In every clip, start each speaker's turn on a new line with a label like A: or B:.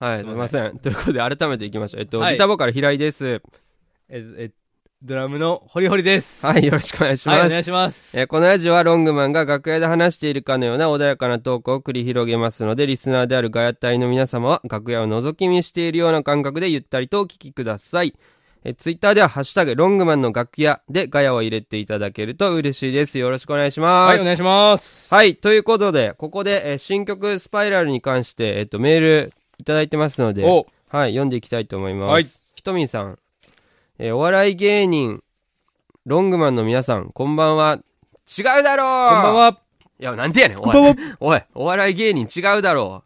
A: はい、
B: すい
A: す
B: ません
A: みません。ということで、改めていきましょう。えっと、
B: はい
A: ギターボーカル平井です。
B: ええドラムのホリホリです
A: はい、よろしくお願いし
B: はい
A: ま
B: お
A: す。
B: 願いします
A: えーこのラジオはロングマンが楽屋で話しているかのような穏やかなトークを繰り広げますのでリスナーであるガヤ隊の皆様は楽屋を覗き見しているような感覚でゆったりとお聞きくださいえツイッター Twitter では「ハッシュタグロングマンの楽屋」でガヤを入れていただけると嬉しいですよろしくお願いします
B: はいお願いします
A: はいということでここで、えー新曲「スパイラル」に関して、えっとメールいただいてますので
B: お
A: はい、読んでいきたいと思います。
B: はい
A: ひとみんさん、えーお笑い芸人、ロングマンの皆さん、こんばんは。違うだろ
B: こんば
A: い
B: んは
A: や、なんでやねん、おい。
B: こんばんは
A: おい、お笑い芸人違うだろ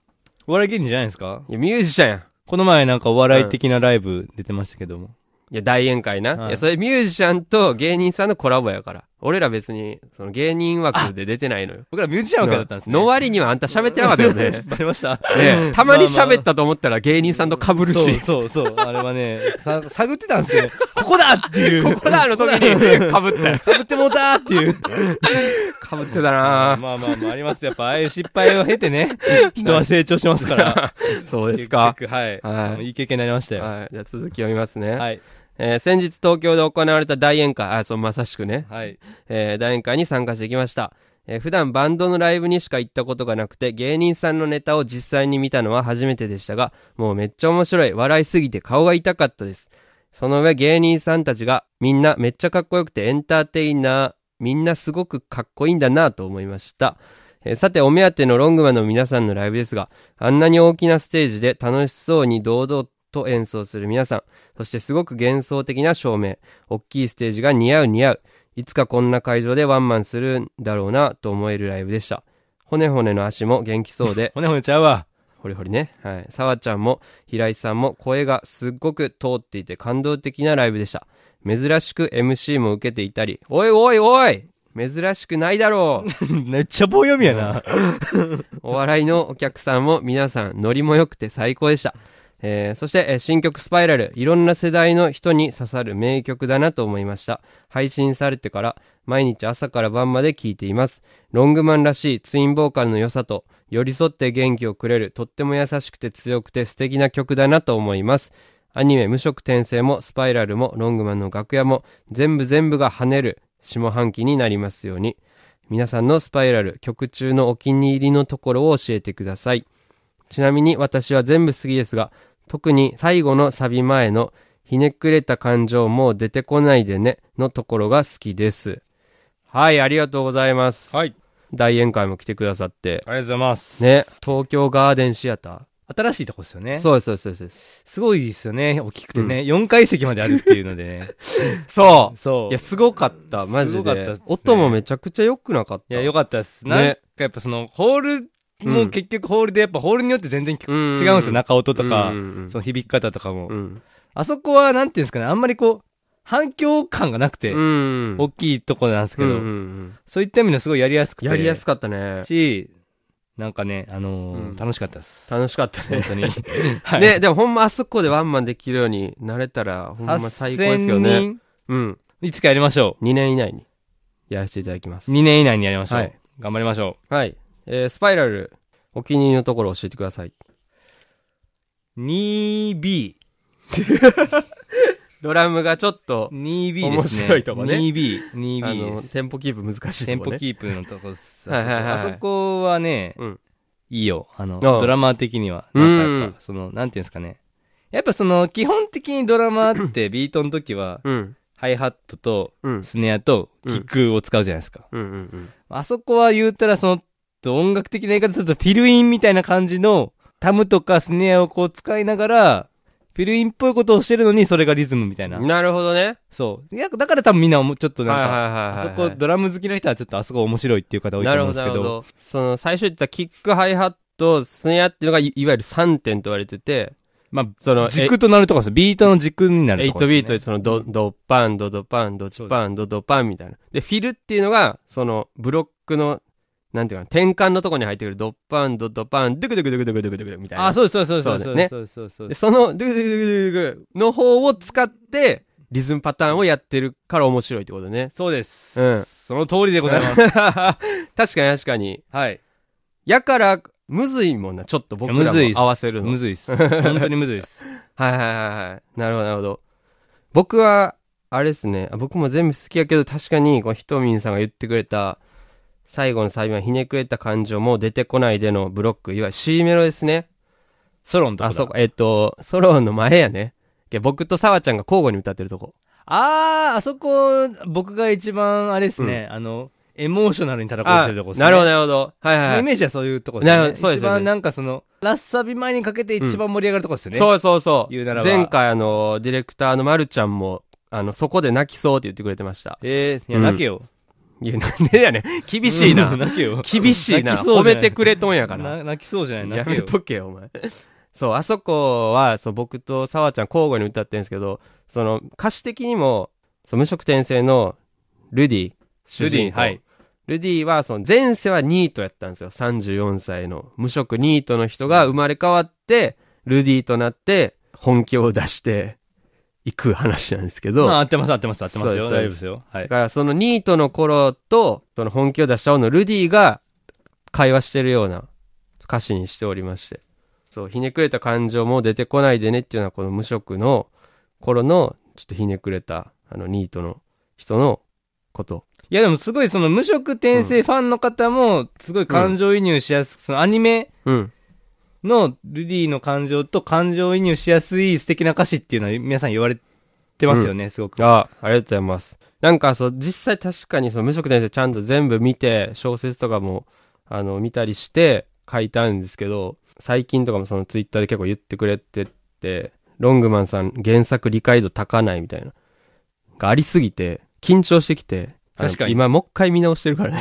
B: お笑い芸人じゃないですか
A: う。いや、ミュージシャンやん。
B: この前なんかお笑い的なライブ出てましたけども、
A: いや、大宴会な。
B: はい
A: い、や、それミュージシャンと芸人さんのコラボやから。俺ら別に、その芸人枠で出てないのよ。
B: 僕らミュージシャン枠だったんですね
A: の割にはあんた喋ってなかったよ ね。ね
B: バレました
A: えたまに喋ったと思ったら芸人さんと被る
B: そう
A: し。
B: そうそうあれはねさ探ってたんですけど ここだっていう
A: ここらの時 に被ったよ。
B: 探ってもうたっていう
A: 被ってたな
B: まあまあまあありますやっぱああいう失敗を経てね 人は成長しますから
A: そうですか。
B: 結局はい、
A: はい
B: い、い経験になりましたよは
A: はい、じゃあ続き読みますね、
B: いはい、
A: えー先日東京で行われた大宴会あそうまさしくね、えー大宴会に参加してきました、えー普段バンドのライブにしか行ったことがなくて芸人さんのネタを実際に見たのは初めてでしたがもうめっちゃ面白い笑いすぎて顔が痛かったですその上芸人さんたちがみんなめっちゃかっこよくてエンターテイナーみんなすごくかっこいいんだなと思いましたえーさてお目当てのロングマンの皆さんのライブですがあんなに大きなステージで楽しそうに堂々と演奏する皆さんそしてすごく幻想的な照明大きいステージが似合う似合ういつかこんな会場でワンマンするんだろうなと思えるライブでした骨骨の足も元気そうで
B: 骨骨ちゃうわ
A: ほりほりね。はい。沢ちゃんも平井さんも声がすっごく通っていて感動的なライブでした。珍しく MC も受けていたり、おいおいおい珍しくないだろう
B: めっちゃ棒読みやな。
A: お笑いのお客さんも皆さんノリも良くて最高でした。えーそして、えー新曲スパイラル、いろんな世代の人に刺さる名曲だなと思いました。配信されてから、毎日朝から晩まで聴いています。ロングマンらしいツインボーカルの良さと、寄り添って元気をくれる、とっても優しくて強くて素敵な曲だなと思います。アニメ、無色転生も、スパイラルも、ロングマンの楽屋も、全部全部が跳ねる、下半期になりますように。皆さんのスパイラル、曲中のお気に入りのところを教えてください。ちなみに私は全部好きですが、特に最後のサビ前のひねくれた感情もう出てこないでねのところが好きです。はい、ありがとうございます。
B: はい。
A: 大宴会も来てくださって。
B: ありがとうございます。
A: ね、。東京ガーデンシアタ
B: 新しいとこですよ
A: ー。
B: ね。
A: そうです、そうです、そうです。
B: すごいですよね。大きくてね。4階席まであるっていうのでね。
A: そう
B: そう。
A: いや、すごかった、マジ
B: すごかった
A: で。
B: っすね
A: 音もめちゃくちゃ良くなかった。
B: いや、よかったです。
A: ね
B: なんかやっぱその、ホール、も
A: うん
B: う結局ホールで、やっぱホールによって全然聞く
A: うん
B: 違うんですよ。中音とか
A: うん、うん
B: その響き方とかも
A: う。ん。
B: あそこは、なんていうんですかね、あんまりこう、反響感がなくて
A: う、ん。
B: 大きいとこなんですけ
A: うんう
B: ど、
A: ん
B: そういった意味のすごいやりやすく
A: うん
B: て。
A: やりやすかったね。
B: し、なんかね、あのー
A: うん
B: 楽しかったです。
A: 楽しかったね
B: 本。当に。 はい
A: ね、でもほんまあそこでワンマンできるようになれたら、ほんま最高ですよ
B: 8000
A: ね。
B: 人
A: うん。
B: いつかやりましょ
A: 2年以内にやらせていただきます
B: う。。2年以内にやりましょう。
A: はい
B: 頑張りましょ
A: はい。えースパイラル、お気に入りのところ教えてください。
B: う。2B。
A: ドラムがちょっと、
B: 2B ですね。
A: 面白いとこね
B: 2B。
A: あ
B: 2B
A: の、
B: です。
A: テンポキープ難しい
B: テ
A: と
B: ン
A: こ
B: ポ
A: ね。
B: キープのとこっす
A: はいはいはい
B: あそこはね、
A: うん
B: いいよ。あの、
A: ああ
B: ドラマー的には。
A: う
B: なんんかやっぱ、その、なんていうんですかね。やっぱその、基本的にドラマーってビートの時は、
A: うん。
B: ハイハットと
A: うん。
B: スネアと
A: うん
B: キックを使うじゃないですか。
A: うんうん
B: あそこは言うたら、その、音楽的な言い方すると、フィルインみたいな感じの、タムとかスネアをこう使いながら、フィルインっぽいことをしてるのに、それがリズムみたいな
A: うん。。なるほどね。
B: そう。いや、だから多分みんなもちょっと
A: はいは
B: ないんか、
A: はいはい。
B: あそこドラム好きな人はちょっとあそこ面白いっていう方多いと
A: なる
B: 思うん
A: ほ
B: で
A: ど、
B: すけ
A: なるほ
B: ど。
A: ど。その、最初言ったキック、ハイハット、スネアっていうのがい、いわゆる3点と言われてて、
B: まあ、
A: その、
B: 軸となるとこです。ビートの軸になるとこ
A: 8ビートで
B: ト
A: そのドドッパンドドパンドチパンドドパンみたいなでフィルっていうのがそのブロックのなんていうかな転換のとこに入ってくるドッパンドドパンドゥクドゥクドゥクドゥクドゥクドゥクみたいな
B: あ、そうですそうですそ
A: そ
B: うですそうう
A: だ
B: で
A: よね
B: すそうですそう
A: で
B: ですそうです。
A: そのドゥクドゥクドゥクドゥクの方を使ってリズムパターンをやってるから面白いってことね
B: そうです。
A: うん
B: その通りでございます。
A: 確かに確かに
B: はい。
A: やからむずいもんな、ちょっと僕
B: む
A: らも
B: ず いっす
A: 合わせるの。
B: むずいっす。本当にむずいっす。
A: はいはいはいはい。なるほど、なるほど。僕は、あれですね。あ僕も全部好きやけど、確かに、こう、ひとみんさんが言ってくれた、最後の最後ひねくれた感情も出てこないでのブロック、いわゆる C メロですね。
B: ソロンとこだ
A: あ、そうか、えっ、と、ソロの前やね。いや僕と沢ちゃんが交互に歌ってるとこ。
B: あー、あそこ、僕が一番、あれですね、あの、エモーショナルに戦わ
A: あ
B: してるとこですね。
A: なるほど、なるほど。はいはい、は
B: イ
A: い。
B: メージはそういうとこです
A: な
B: よ
A: る
B: ね。
A: ほどそうです
B: 一
A: そうです
B: 番なんかその、ラッサビ前にかけて一番盛り上がるとこですよね。
A: そうそうそう。
B: 言うならば
A: 前回、あの、ディレクターのまるちゃんも、あの、そこで泣きそうって言ってくれてました。
B: えー、いや、
A: うん
B: 泣けよ。
A: いや、なんでやねん。厳しいな
B: うん。泣けよ。
A: 厳しいな。
B: 泣きそう
A: 褒
B: じ
A: め
B: ゃない
A: てくれとんやから。
B: な泣きそうじゃない
A: や
B: 泣け
A: め
B: よ。
A: とけよ、お前。 そう、あそこは、そう、僕と沢ちゃん交互に歌ってるんですけど、その、歌詞的にも、そう、無色転生のルディ、主人公。
B: はい。
A: ルディは、その、前世はニートやったんですよ。34歳の。無職ニートの人が生まれ変わって、ルディとなって、本気を出していく話なんですけど。
B: まあ、合ってます、合ってます、合ってますよ。
A: そう
B: 大丈
A: で
B: 夫ですよ。は
A: だ
B: い。
A: からそのニートの頃とその本気を出した方のルディが会話してるような歌詞にしておりましてそうひねくれた感情も出てこないでねっていうのはこの無職の頃のちょっとひねくれたあのニートの人のこと
B: いや、でもすごい、その、無色転生ファンの方も、すごい感情移入しやすく、その、アニメ
A: うん
B: のルディの感情と感情移入しやすい素敵な歌詞っていうのは、皆さん言われてますよね、すごく。
A: あありがとうございますなんかそう実際確かにその無職先生ちゃんと全部見て小説とかもあの見たりして書いたんですけど最近とかもそのツイッターで結構言ってくれてってロングマンさん原作理解度高ないみたいながありすぎて緊張してきてあの
B: 確かに
A: 今もう一回見直してるからね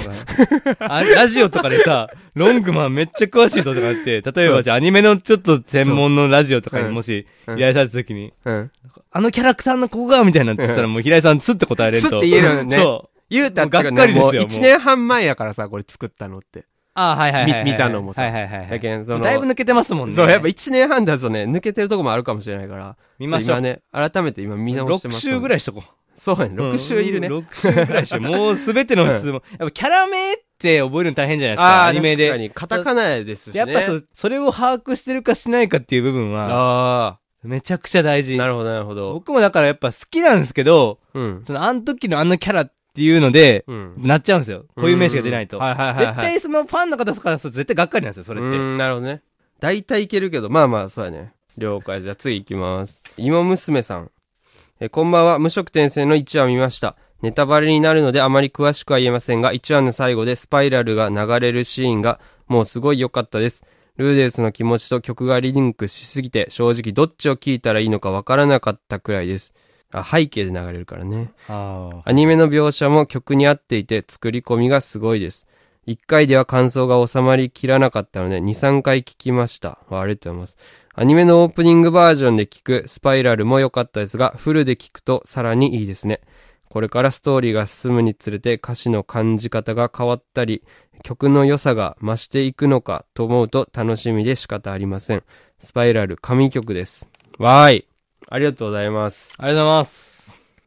B: あラジオとかで さ、ロングマンめっちゃ詳しい人とかって、例え
A: そ
B: ば
A: う
B: じゃあアニメのちょっと専門のラジオとか
A: う
B: に
A: ん
B: もし
A: うん
B: いらっしゃった時に、
A: うん
B: あのキャラクターの子がみたいなって言ったらもう平井さんスッて答えれると。
A: スッて言えるよね
B: そう。
A: 言うたって
B: もうがっかりですよ
A: もう
B: もう
A: 1年半前やからさこれ作ったのって
B: ああ、はいはいはいはい。
A: み見たのもさ
B: はいはいはいは
A: だ
B: い。
A: けんその
B: だいぶ抜けてますもんね。
A: そうやっぱ1年半だとね抜けてるとこもあるかもしれないから
B: 見ましょ
A: 今
B: う。
A: ね改めて今見直して
B: 6
A: ます
B: 週
A: ら
B: ぐ
A: い
B: らいしとこう。
A: そうやね6週いるね、
B: 6週ぐらいしよう。もうすべての質問。やっぱキャラ名って覚えるの大変じゃないで
A: あ
B: すか、
A: あ
B: アニメ
A: 確か
B: で。
A: にカタカナですしね
B: やっぱそうそれを把握してるかしないかっていう部分は、
A: あ
B: めちゃくちゃ大
A: あ
B: 事
A: な。るほどなるほど
B: 僕もだからやっぱ好きなんですけど、
A: うん
B: その、あの時のあのキャラっていうので、
A: うん
B: なっちゃうんですよ。こういう名詞が出ないと。
A: うんはいはいはい、
B: 絶
A: はい、
B: 対そのファンの方からすると絶対がっかりなんですよ、それっ
A: う
B: て。
A: んなるほどね大体いけるけどまあまあそうやね了解じゃあ次行きます芋娘さんえこんばんは無職転生の1話見ましたネタバレになるのであまり詳しくは言えませんが1話の最後でスパイラルが流れるシーンがもうすごい良かったですルーデウスの気持ちと曲がリンクしすぎて正直どっちを聞いたらいいのかわからなかったくらいですあ背景で流れるからね
B: あ
A: アニメの描写も曲に合っていて作り込みがすごいです。1回では感想が収まりきらなかったので2、3回聞きました。あありがとうございます。アニメのオープニングバージョンで聞くスパイラルも良かったですが、フルで聞くとさらにいいですね。これからストーリーが進むにつれて歌詞の感じ方が変わったり、曲の良さが増していくのかと思うと楽しみで仕方ありません。スパイラル神曲です。わーい。ありがとうございます。
B: ありがとうございます。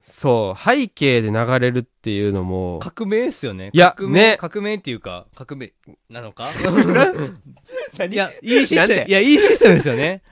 A: そう、背景で流れるっていうのも、
B: 革命ですよね。
A: いや
B: 革命
A: ね
B: 革命っていうか、革命、なの か
A: 何
B: いや、いいシ
A: な
B: ス
A: ん
B: テム
A: て。
B: いや、いいシステムですよね。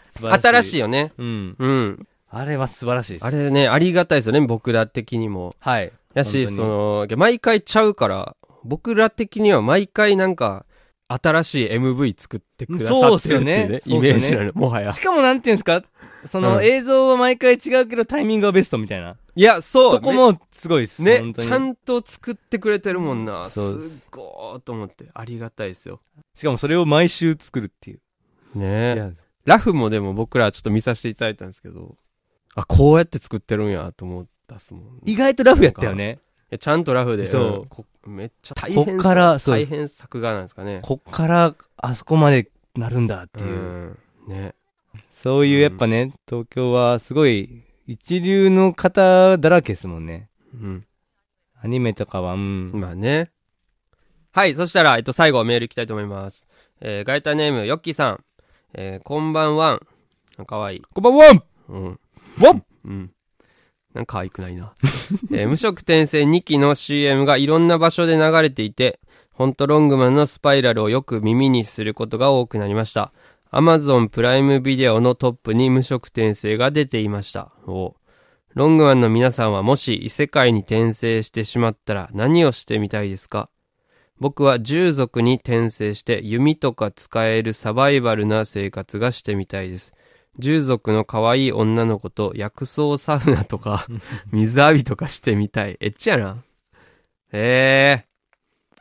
A: 新しい
B: い。
A: よね。
B: うん。
A: うん。
B: あれは素晴らしいです。
A: あれね、ありがたいですよね、僕ら的にも。
B: はい。
A: やし、そ
B: 本当に
A: の、毎回ちゃうから、僕ら的には毎回なんか、新しい MV 作ってくださってるっていうね、
B: そうっすよね
A: イメージなの、もはや
B: し。かもなんていうんですかそうの
A: ん
B: 映像は毎回違うけどタイミングはベストみたいな。
A: いや、そう。
B: そこもすごいです。
A: ね、
B: 本
A: ね
B: 当に
A: ちゃんと作ってくれてるもんな。すっ
B: そうです
A: ごーと思って、ありがたいですよ。
B: しかもそれを毎週作るっていう。い
A: ね
B: や
A: ラフもでも僕らちょっと見させていただいたんですけど、あ、こうやって作ってるんやと思ったっすもん、
B: 意外とラフやったよね。
A: いやちゃんとラフで。
B: そう
A: うんこめっちゃ大変さ
B: こっからそうで
A: 大
B: す
A: 変作画なんですかね。
B: こっからあそこまでなるんだっていう。
A: んね。
B: そういうやっぱね、東京はすごい一流の方だらけですもんね。
A: うん。
B: アニメとかは、うん。
A: まあね。はい、そしたら、えっと、最後メールいきたいと思います。えー、ガイタネーム、ヨッキーさん。えー、こんばんはん。あかわいい。
B: こんばんは
A: うん。
B: わん
A: うん。なんか可愛くないな。えー無色転生2期の CM がいろんな場所で流れていて、ホントロングマンのスパイラルをよく耳にすることが多くなりました。Amazon プライムビデオのトップに無色転生が出ていました。おうロングマンの皆さんはもし異世界に転生してしまったら何をしてみたいですか僕は従属に転生して弓とか使えるサバイバルな生活がしてみたいです。従属の可愛い女の子と薬草サウナと か水浴びとかしてみたい。エッチやな。え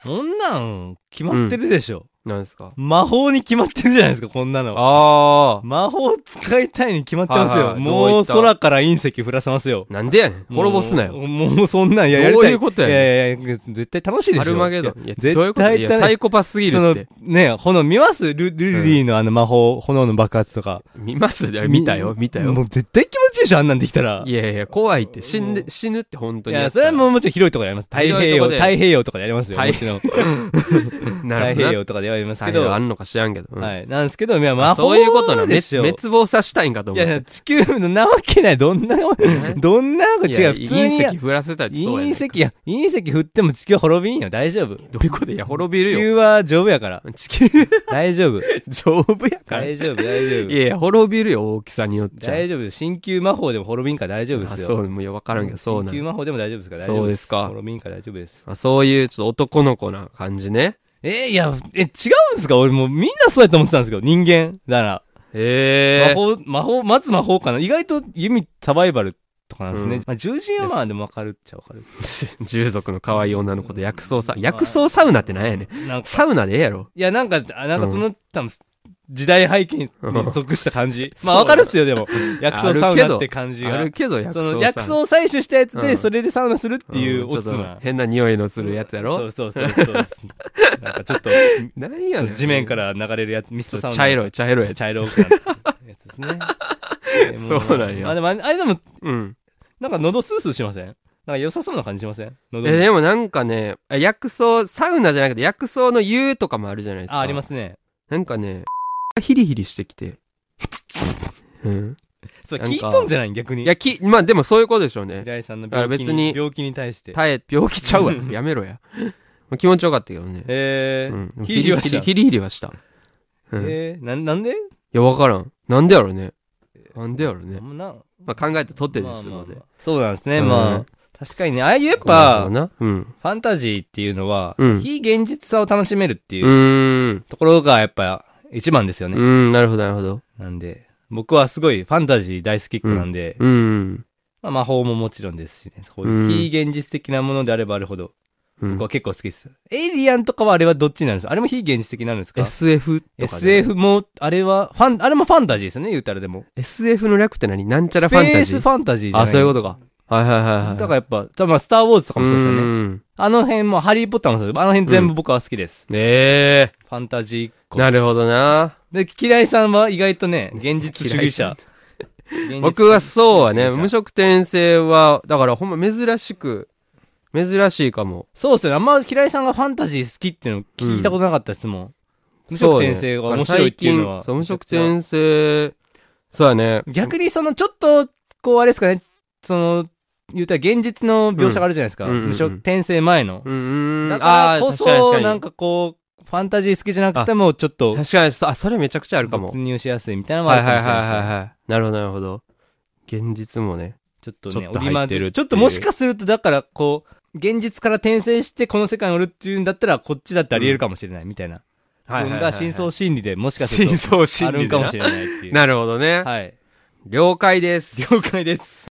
B: こんなん、決まってるでしょ。
A: ー、なんですか
B: 魔法に決まってるじゃないですか、こんなの。
A: あ
B: 魔法使いたいに決まってます
A: はい
B: よ。
A: はいどう
B: も
A: いうった
B: 空から隕石降らせますよ。
A: ー、なんでやねん。滅ぼすなよ。
B: もう。もうそんなん、いや、やり
A: ど
B: たい。
A: ういうことやねん
B: いやいやいや、絶対楽しいでしょ。
A: アルマゲドン。い
B: いや
A: や、
B: 絶対
A: どういうこといや、
B: 楽し
A: サイコパスすぎる
B: その
A: って。、
B: ね、炎、見ますル、ルリーのあの魔法、炎の爆発とか。
A: 見ますだよ見たよ、見た
B: も
A: よ。
B: う絶対気持ちいいでしょ、あんなんできたら。
A: いやいや、怖いって。死んで、死ぬって本当
B: い
A: にや
B: や、
A: っ
B: そ
A: たら。
B: れはもうもちろん広いところでやります。太平
A: 広いと
B: 洋、
A: こで
B: 太平洋とかでやりますよ。
A: 太
B: もちろ ん。
A: な
B: 太
A: るほ
B: 平
A: どな。
B: 洋とかでやります
A: 太
B: け
A: 平
B: ど。
A: 洋あ
B: は
A: んのか知らんけど。うん
B: い。なんですけど、いや、魔法
A: そういうことな。め
B: でしょ。
A: 滅亡さしたいんかと
B: い
A: 思っ
B: や
A: て。
B: いや、地球のなわけない。ど んな、どんなわけ
A: いや
B: 違う。普通に
A: 隕石降らせたってそうやね
B: 隕石や、隕石降っても地球は滅びんよ。大丈夫。
A: どういうこといや、滅びる
B: 地
A: よ。
B: 球は丈夫やから。
A: 地球、
B: 大 丈夫。
A: 丈夫やから。い
B: 大丈夫、大丈
A: や
B: 夫。
A: いや、滅びるよ、大きさによっちゃ。
B: 大丈夫です。新旧魔法でも滅びんから大丈夫で
A: あ、
B: すよ。
A: そう、もうよくわからんけど、そうな
B: 新旧
A: ん
B: 魔法でも大丈夫ですから大丈夫
A: そうですか
B: 滅びんから大丈夫です。
A: あそういう、ちょっと男の子な感じね。
B: えーいや、え、違うんですか俺もうみんなそうやと思ってたんですけど、人間。だか
A: へ
B: ら、
A: え。
B: 魔法、魔法、まず魔法かな。意外と弓サバイバルとかなんですね。
A: うん
B: まあ、獣人はまあでもわかるっちゃわかるっす。
A: 従属の可愛い女の子と薬草サ、薬草サウナってなんやねん。
B: なんか、
A: サウナでええやろ。
B: いや、なんか、あなんかその、多分、時代背景に即した感じ。
A: うん
B: まあわかるっすよ、で も。薬
A: あ
B: 草
A: るけど
B: サウナって感じ
A: あ
B: が
A: る。けど薬草サ
B: そ
A: ウ
B: の、
A: ナ。
B: 薬草を採取したやつ
A: う
B: で、
A: ん
B: それでサウナするっていう
A: ちょ
B: オ
A: っ
B: ツ
A: と
B: な。
A: 変な匂いのするやつやろ。
B: そうそうそうそうです。なんかちょっと、
A: なんやねん。
B: 地面から流れるやつ、ミス
A: そ
B: ト
A: う。
B: サウナ。
A: 茶色い、茶色いやつ。
B: 茶色くなったやつですね。で も
A: そうなんや
B: あ、でもあれ、あれでも、
A: うん。
B: なんか喉スースーしませんなんか良さそうな感じしません喉
A: え、でもなんかね、あ薬草、サウナじゃなくて薬草の湯とかもあるじゃないですか。。
B: あ、ありますすね。
A: なんかね、 ヒリヒリしてきて。うん。
B: そう、
A: なんか
B: 聞いとんじゃない逆に。
A: いや、き、まあでもそういうことでしょうね。
B: 平井さんの
A: あ
B: 病気
A: 別
B: に
A: に
B: 病気に対して。
A: 耐え、病気ちゃうわ。やめろや。まあ気持ちよかったけどね。
B: え
A: う
B: ー、
A: ん。
B: ヒリヒリはした
A: ヒリヒリはした。うん。い
B: えー、なん、なんで
A: や、わからん。なんでやろね。なんでやろね
B: あ。んまな
A: まあ考えて撮ってですので
B: まあまあま。あそうなんですね、
A: うん
B: まあ。確かにね、ああいうやっ
A: こんなのか
B: ぱ、
A: なうん。
B: ファンタジーっていうのは、
A: うん
B: 非現実さを楽しめるって
A: う
B: いう
A: ーん。
B: ところがやっぱ一番ですよ
A: う
B: ね。
A: ーん、なるほど、なるほど。
B: なんで、僕はすごいファンタジー大好きっ子なんで、
A: うーん。
B: まあ、魔法ももちろんですしね、そう
A: うん
B: いう非現実的なものであればあるほど、
A: うん
B: 僕は結構好きです。エイリアンとかはあれはどっちになるんですかあれも非現実的になるんですか
A: SF とかで。
B: ?SF も、あれは、ファン、あれもファンタジーですよね、言うたらでも。
A: SF の略って何なんちゃ
B: スペ
A: らファンタ
B: ー
A: ジ
B: ス
A: ー
B: ファンタジーじゃない
A: あ、そういうことか。はいはいはいはい。
B: だからやっぱ、じゃあまあ、スターウォーズとかもそうですよ
A: う
B: ね。
A: ーん
B: あの辺も、ハリーポッターもそうです。あの辺全部僕は好きです。
A: ねえ。
B: ファンタジーっ子です
A: なるほ。どな。
B: で、嫌いさんは意外 とね、現実主義者。
A: 僕はそうはね、無色
B: 職
A: 転生は、だからほんま珍しく、珍しいかも。
B: そうっすよね。あんま嫌いさんがファンタジー好きっていうの聞いたことなかった質問。無職転生が面白いっていうのは。
A: そうね、無職転生、そうやね。
B: 逆にそのちょっと、こうあれですかね、その、言うたら現実の描写があるじゃないですか。
A: うんうんうんうん
B: 無職転生前の。
A: うんうん。
B: だからこ
A: あー確か
B: そ、
A: に
B: なんかこう、ファンタジー好きじゃなくても、ちょっと、
A: 確かに、そうあ、それめちゃくちゃあるかも
B: 没。入しやすいみたいなのもあ
A: はい
B: るか
A: はい
B: も
A: はい
B: しれない
A: はい
B: ですね。
A: はい。なるほどなるほど。現実もね。
B: ちょっと
A: ち
B: ね、
A: ょっと
B: 織り交
A: 入って
B: ぜ
A: るっていう
B: ちょっともしかすると、だからこう、現実から転生してこの世界におるっていうんだったら、こっちだってあり得るかもしれないみたいな。
A: はいはいはい
B: 分
A: は
B: が
A: い。
B: 真相心理でもしかする
A: 真
B: と、
A: 相心
B: あ
A: 理
B: る
A: で
B: んか
A: な
B: もしれないっていう。
A: なるほどね。
B: はい。
A: 了解です。
B: 了解です。